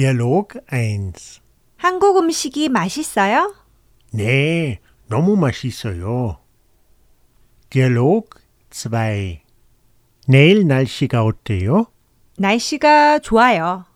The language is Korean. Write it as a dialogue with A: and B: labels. A: Dialog 1.
B: 한국 음식이 맛있어요?
A: 네, 너무 맛있어요. Dialog 2. 내일 날씨가 어때요?
B: 날씨가 좋아요.